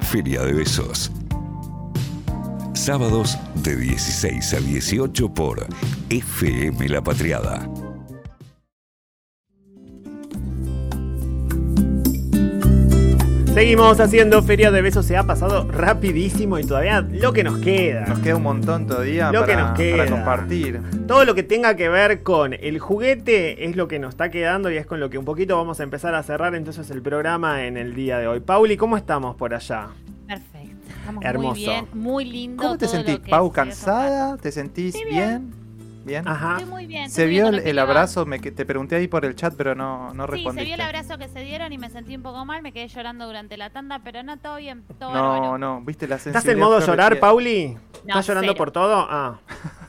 Feria de Besos. Sábados de 16 a 18 por FM La Patriada. Seguimos haciendo Feria de Besos, se ha pasado rapidísimo y todavía lo que nos queda. Nos queda un montón todavía Lo para, que nos queda. para compartir. Todo lo que tenga que ver con el juguete es lo que nos está quedando y es con lo que un poquito vamos a empezar a cerrar entonces el programa en el día de hoy. Pauli, ¿cómo estamos por allá? Perfecto. Estamos Hermoso. muy bien, muy lindo. ¿Cómo te todo lo sentís, que Pau? se hace ¿Cansada? ¿Te sentís bien? ¿Bien? Ajá. Estoy muy bien. ¿Se estoy vio el, viendo lo que el iba. abrazo? Me, que- te pregunté ahí por el chat, pero no, no Sí, se respondiste. vio el abrazo que se dieron y me sentí un poco mal. Me quedé llorando durante la tanda, pero no, todo bien. Todo No, bárbaro. no, viste la sensibilidad. ¿Estás en modo flor de llorar, piel. Pauli? No, ¿Estás llorando cero. por todo? Ah.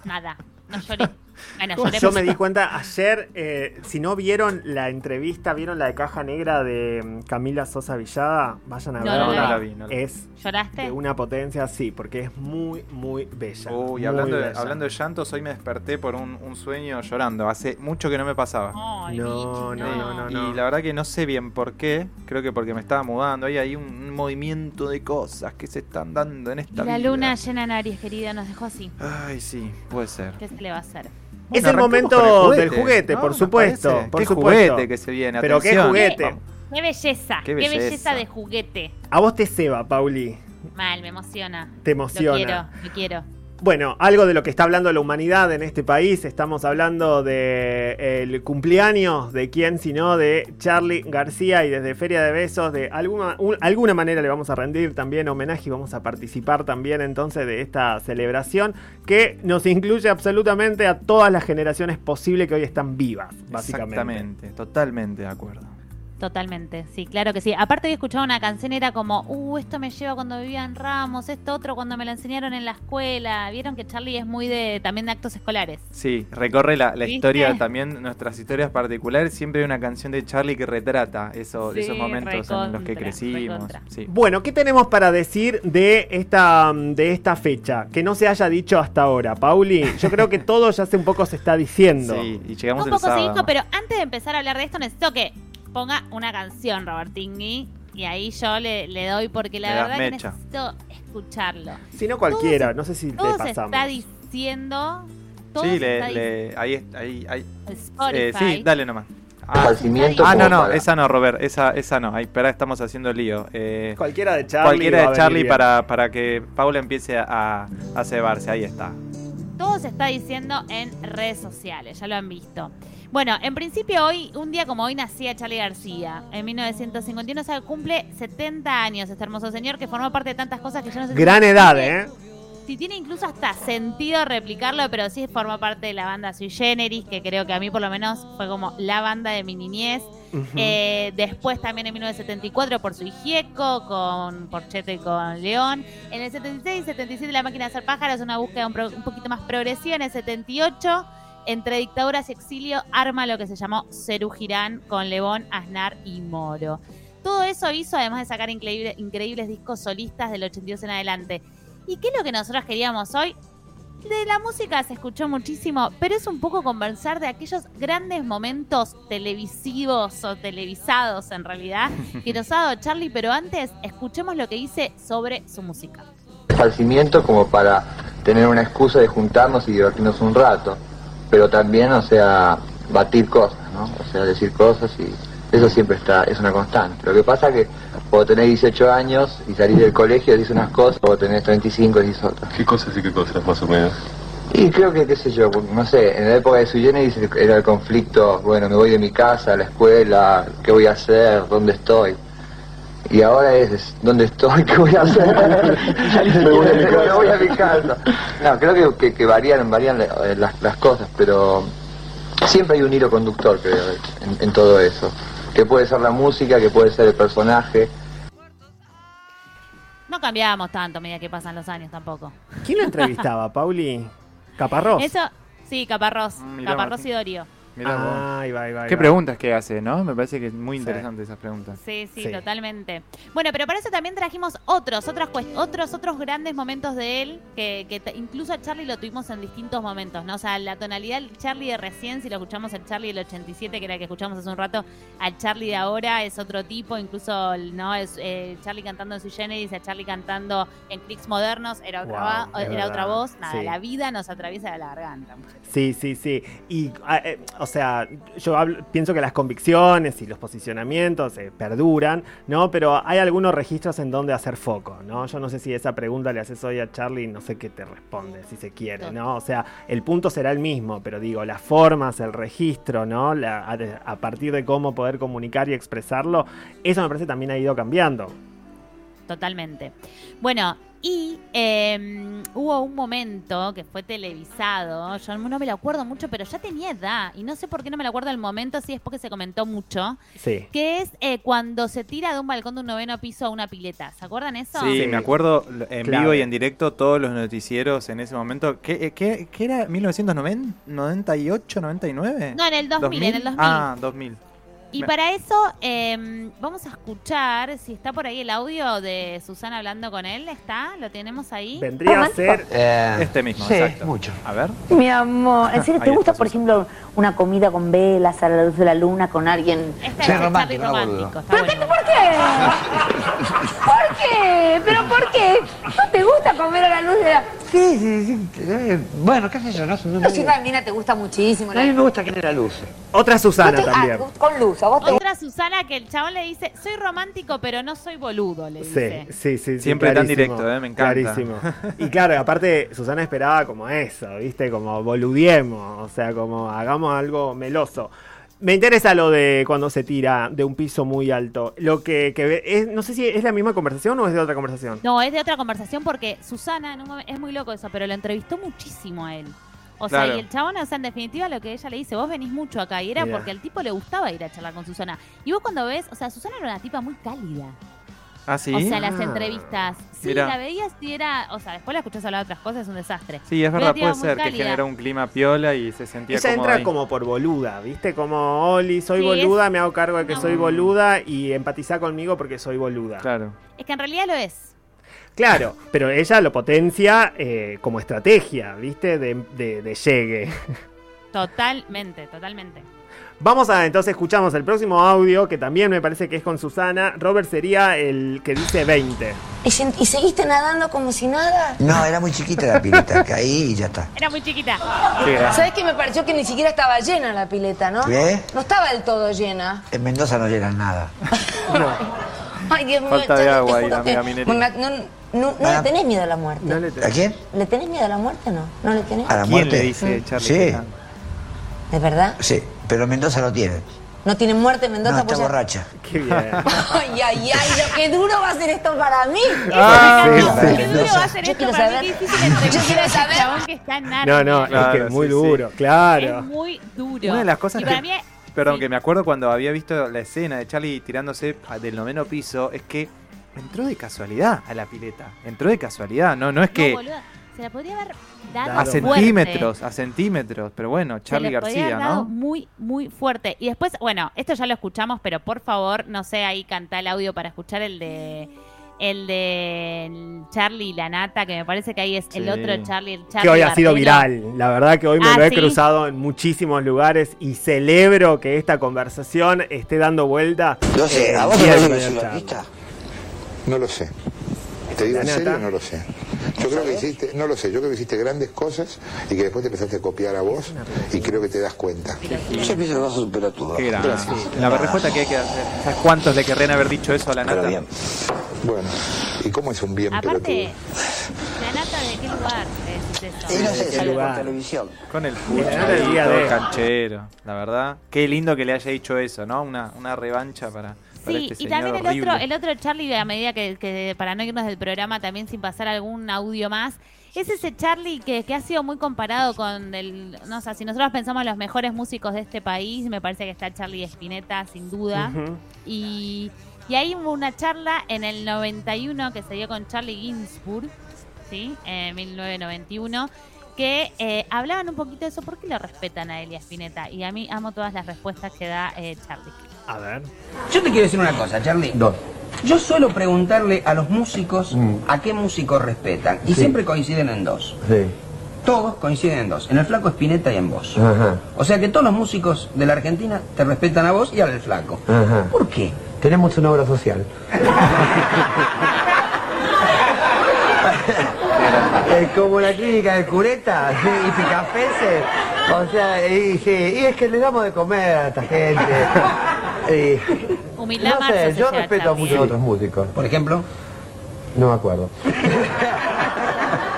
Nada. No lloré. Bueno, lloré Yo por- me di cuenta ayer, eh, si no vieron la entrevista, vieron la de Caja Negra de mm, Camila Sosa Villada, vayan a No, verla. No, no la la vi. No la vi. Es ¿Lloraste? de una potencia, sí, porque es muy, muy bella. Uy, muy hablando de, bella. hablando de llantos, hoy me desperté por un, un sueño llorando. Hace mucho que no me pasaba. Ay, No, Michi, no, no, no, Y la verdad que no sé bien por qué, creo que porque me estaba mudando, hay ahí un, un movimiento de cosas que se están dando en Y esta la vida. luna llena en Aries, querida, nos dejó así. Ay, sí, puede ser. ¿Qué se le va a hacer? Es Bueno, el arranquemos momento con el del juguete, por Me supuesto, parece. por qué supuesto. juguete que se viene, Pero qué atención. juguete. Vamos. ¡Qué belleza! Qué ¡Qué belleza, belleza de juguete! A vos te ceba, Pauli. Mal, me emociona. Te Lo emociona. quiero, lo quiero. Bueno, algo de lo que está hablando la humanidad en este país, estamos hablando de el cumpleaños de quién sino de Charlie García y desde Feria de Besos de alguna un- alguna manera le vamos a rendir también homenaje y vamos a participar también entonces de esta celebración que nos incluye absolutamente a todas las generaciones posible que hoy están vivas, básicamente. Exactamente, totalmente de acuerdo. Totalmente, sí, claro que sí. Aparte había escuchado una canción, era como, uh, esto me lleva cuando vivía en Ramos, esto otro cuando me lo enseñaron en la escuela. Vieron que Charlie es muy de también de actos escolares. Sí, recorre la, la ¿Viste? historia también, nuestras historias particulares. Siempre hay una canción de Charlie que retrata eso- Sí, esos momentos en los que recontra, crecimos. recontra. Sí. Bueno, ¿qué tenemos para decir de esta, de esta fecha? Que no se haya dicho hasta ahora, Pauli. Yo creo que todo ya hace un poco se está diciendo. Sí, y llegamos Un el poco se sábado. dijo, pero antes de empezar a hablar de esto necesito que ponga una canción, Robertini, y ahí yo le, le doy porque la Le das verdad que mecha. necesito escucharlo. Si no cualquiera, no sé si te Todo se pasamos. está diciendo, todo Sí, se le, está le- ahí, es- ahí, ahí- diciendo eh, Spotify. sí, dale nomás. todo Ah, se está Nacimiento. ah, no, no, Para. esa no, Robert, esa, esa no. Ahí, espera, estamos haciendo lío. Eh, Cualquiera de Charlie. va cualquiera a de venir Charlie bien. para, para que Paula empiece a, a cebarse, ahí está. Todo se está diciendo en redes sociales, ya lo han visto. Bueno, en principio hoy, un día como hoy nacía Charlie García, en 1951, o sea, cumple 70 años este hermoso señor que formó parte de tantas cosas que yo no sé si- Gran edad, ¿eh? Si tiene incluso hasta sentido replicarlo, pero sí forma parte de la banda Sui Generis, que creo que a mí por lo menos fue como la banda de mi niñez. Eh, después también en 1974 por su Hijieco, con Porcheto y con León. En el 76 y 77 La máquina de hacer pájaros, una búsqueda un, pro- un poquito más progresiva. En el 78, entre dictaduras y exilio, arma lo que se llamó Cerú Girán con León, Aznar y Moro. Todo eso hizo, además de sacar increíble- increíbles discos solistas del 82 en adelante. ¿Y qué es lo que nosotros queríamos hoy? De la música se escuchó muchísimo, pero es un poco conversar de aquellos grandes momentos televisivos o televisados en realidad que nos ha dado Charlie, pero antes escuchemos lo que dice sobre su música. esparcimiento como para tener una excusa de juntarnos y divertirnos un rato, pero también, o sea, batir cosas, ¿no? O sea, decir cosas y eso siempre está, es una constante. Lo que pasa que cuando tenés 18 años y salís del colegio dices unas cosas, cuando tenés 35 dices otras. ¿Qué cosas y qué cosas más o menos? Y creo que, qué sé yo, no sé, en la época de Suyene dice era el conflicto, bueno, me voy de mi casa, a la escuela, ¿qué voy a hacer? ¿Dónde estoy? Y ahora es, es, ¿dónde estoy? ¿Qué voy a hacer? me voy a mi casa. No, creo que, que- que varían, varían eh, las, las cosas, pero siempre hay un hilo conductor, creo, en, en todo eso. Que puede ser la música, que puede ser el personaje. No cambiábamos tanto a medida que pasan los años tampoco. ¿Quién lo entrevistaba, Pauli? Caparrós. Eso, sí, Caparrós, Mm, mirá, Caparrós Martín. y Dorio. Mirá vos. Ah, ahí va, ahí va, ahí Qué va. preguntas que hace, ¿no? Me parece que es muy Sí. interesante esas preguntas. Sí, sí, Sí. totalmente. Bueno, pero para eso también trajimos otros, otras cues- otros, otros grandes momentos de él, que, que t- incluso a Charlie lo tuvimos en distintos momentos, ¿no? O sea, la tonalidad del Charlie de recién, si lo escuchamos el Charlie del 87, que era el que escuchamos hace un rato, al Charlie de ahora es otro tipo, incluso, ¿no? Es, eh, Charlie cantando en su Generis, a Charlie cantando en clics modernos, era otra, Guau, va- es era otra verdad. voz. Nada, Sí. la vida nos atraviesa la garganta. Sí, sí, sí. Y, ah, eh, o sea, yo hablo- pienso que las convicciones y los posicionamientos eh, perduran, ¿no? Pero hay algunos registros en donde hacer foco, ¿no? Yo no sé si esa pregunta le haces hoy a Charlie, no sé qué te responde, si se quiere, ¿no? O sea, el punto será el mismo, pero digo, las formas, el registro, ¿no? La- a, a partir de cómo poder comunicar y expresarlo, eso me parece también ha ido cambiando. Totalmente. Bueno, y eh, hubo un momento que fue televisado, yo no me lo acuerdo mucho, pero ya tenía edad, y no sé por qué no me lo acuerdo el momento, si es porque se comentó mucho, Sí. que es eh, cuando se tira de un balcón de un noveno piso a una pileta. ¿Se acuerdan eso? Sí, Sí. me acuerdo l- en Clave. vivo y en directo todos los noticieros en ese momento. ¿Qué, eh, qué- qué era? ¿1998, 99? No, en el 2000, en el 2000. Ah, 2000. y me- para eso eh, vamos a escuchar, si está por ahí el audio de Susana hablando con él, ¿está? ¿Lo tenemos ahí? Vendría a ser Este mismo, sí, exacto. mucho. A ver. Mi amor, Ah, ¿en serio Ahí te gusta, está, por Susi. ejemplo, una comida con velas a la luz de la luna con alguien? Esta Sí, es el Charlie romántico, no, romántico. boludo. está bueno. ¿Por qué? ¿Por qué? ¿Pero por qué? ¿No te gusta comer a la luz de la... Sí, sí, sí. eh, Bueno, qué sé yo, no sé. No, Si una mina te gusta muchísimo. a mí me gusta que la luz. otra Susana ¿No te- también. ah, con luz, a vos te Otra Susana que el chabón le dice, soy romántico pero no soy boludo, le Sí, dice. sí, sí. sí, Siempre tan clarísimo, directo, ¿eh? Me encanta. Clarísimo. Y claro, aparte Susana esperaba como eso, ¿viste? Como boludiemos, o sea, como hagamos algo meloso. Me interesa lo de cuando se tira de un piso muy alto. Lo que, que ve- es, no sé si es la misma conversación o es de otra conversación. No, es de otra conversación porque Susana, en un momen- es muy loco eso, pero lo entrevistó muchísimo a él. O sea, Claro. y el chabón, o sea, en definitiva lo que ella le dice, vos venís mucho acá, y era Mirá. porque al tipo le gustaba ir a charlar con Susana. Y vos cuando ves, o sea, Susana era una tipa muy cálida. Ah, sí. O sea, las Ah. entrevistas. Sí, Mirá. la veías y era, o sea, después la escuchás hablar de otras cosas, es un desastre. sí, es Pero verdad, tía, puede muy ser que cálida. generó un clima piola y se sentía Ella como. entra como por boluda, ¿viste? Como, Oli, soy Sí, boluda, me hago cargo de que No. soy boluda y empatiza conmigo porque soy boluda. Claro, Claro. Es que en realidad lo es. pero ella lo potencia eh, como estrategia, ¿viste? De- de- de llegue. Totalmente, totalmente. Vamos a entonces escuchamos el próximo audio que también me parece que es con Susana. Robert sería el que dice 20. ¿Y, sen- y seguiste nadando como si nada? No, era muy chiquita la pileta, caí y ya está. Era muy chiquita. Qué gra- ¿Sabés que me pareció que ni siquiera estaba llena la pileta, no? ¿Qué? No estaba del todo llena. En Mendoza no llenan nada. Ay, Dios mío. Falta de Charlie, te agua ahí, juro amiga que- Minetti. me- No, no- no le Ah. tenés miedo a la muerte. No le te- ¿A quién? ¿Le tenés miedo a la muerte o no? ¿No le tenés? ¿A la ¿Quién muerte? le dice Charlie? Sí. que- ¿De verdad? Sí, pero Mendoza no tiene. ¿No tiene muerte Mendoza? No, está pues ya- borracha. Qué bien. Ay, ay, ay, lo que duro va a ser esto para mí. Ah, Qué sí, duro, qué sí. duro va a ser Yo esto quiero para mí, saber. qué difícil entrevistar Yo quiero a ese saber. chabón que está en No, Narnia. no, es que Claro, es muy sí, sí. duro, Es claro. muy duro. Una de las cosas y para que- mí es- Perdón, sí. que me acuerdo cuando había visto la escena de Charlie tirándose a- del noveno piso, es que entró de casualidad a la pileta. Entró de casualidad, no, no es No, que boluda, se la podría haber dado a Claro. centímetros, fuerte. a centímetros. Pero bueno, Se la Charlie podría haber García, dado ¿no? muy, muy fuerte. Y después, bueno, esto ya lo escuchamos, pero por favor, no sé, ahí canta el audio para escuchar el de... El de Charlie y la nata, que me parece que ahí es el Sí. otro Charlie, el Charlie. Que hoy ha sido Bartelo. viral. La verdad que hoy me Ah, lo he ¿sí? cruzado en muchísimos lugares y celebro que esta conversación esté dando vuelta. No sé, eh, ¿a vos bien, no bien, lo Charlie. artista? No lo sé. Te digo en ¿La serio, neta? no lo sé. Yo creo que hiciste, no lo sé, yo creo que hiciste grandes cosas y que después te empezaste a copiar a vos y creo que te das cuenta. Yo pienso que vas a superar todo. Qué gran. La respuesta que hay que hacer. ¿Sabes cuántos le querrían haber dicho eso a la Pero nata? bien. Bueno, ¿y cómo es un bien Aparte, pelotudo? la nata de qué lugar es eso. Y no sé, salió por lugar. televisión. Con el pucho, la nata del día todo de- canchero, la verdad. Qué lindo que le haya dicho eso, ¿no? Una, una revancha para, para Sí, este y señor también el horrible. otro, el otro Charlie, a medida que, que para no irnos del programa también sin pasar algún audio más, es ese Charlie que, que ha sido muy comparado con el, no sé, si nosotros pensamos en los mejores músicos de este país, me parece que está Charlie Espineta, sin duda. Ujú. Y, y ahí hubo una charla en el 91 que se dio con Charlie Ginsburg, ¿sí? En 1991. que eh, hablaban un poquito de eso. ¿Por qué lo respetan a Elia Spinetta? Y a mí amo todas las respuestas que da eh, Charlie. A ver. Ah, Yo te quiero decir una cosa, Charlie. No. Yo suelo preguntarle a los músicos Mm. a qué músico respetan. Y Sí. siempre coinciden en dos. Sí. Todos coinciden en dos. En el flaco Espineta y en vos. Ajá. O sea que todos los músicos de la Argentina te respetan a vos y al del flaco. Ajá. ¿Por qué? Tenemos una obra social. Eh, como la clínica de cureta sí, y picapeces. O sea, y, sí, y es que le damos de comer a esta gente. Y- Humildad no Marzo sé, se yo lleva respeto a Charlie. muchos otros músicos. Por ejemplo, No me acuerdo.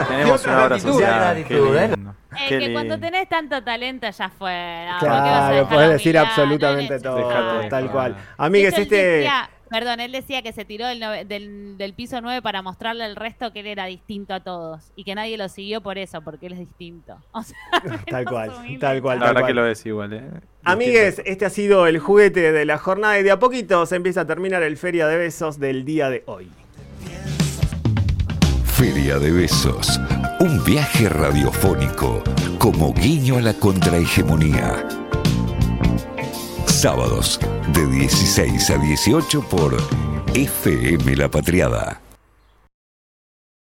Tenemos una obra actitud. social. Otra Qué actitud, ¿eh? lindo. Es Qué que cuando lindo. tenés tanto talento ya fue. no, ¿por qué vas a Claro, dejar podés la decir humildad? No absolutamente es todo, necesario. Dejate tal de cual. joder. De Amigues, hecho, él este... decía- perdón, él decía que se tiró del, nove- del, del piso 9 para mostrarle al resto que él era distinto a todos y que nadie lo siguió por eso, porque él es distinto. O sea, Tal menos cual, humilde, tal cual, chaval. La tal verdad cual. que lo es igual, ¿eh? Amigues, este ha sido el juguete de la jornada y de a poquito se empieza a terminar el Feria de Besos del día de hoy. Feria de Besos. Un viaje radiofónico como guiño a la contrahegemonía. Sábados de 16 a 18 por FM La Patriada.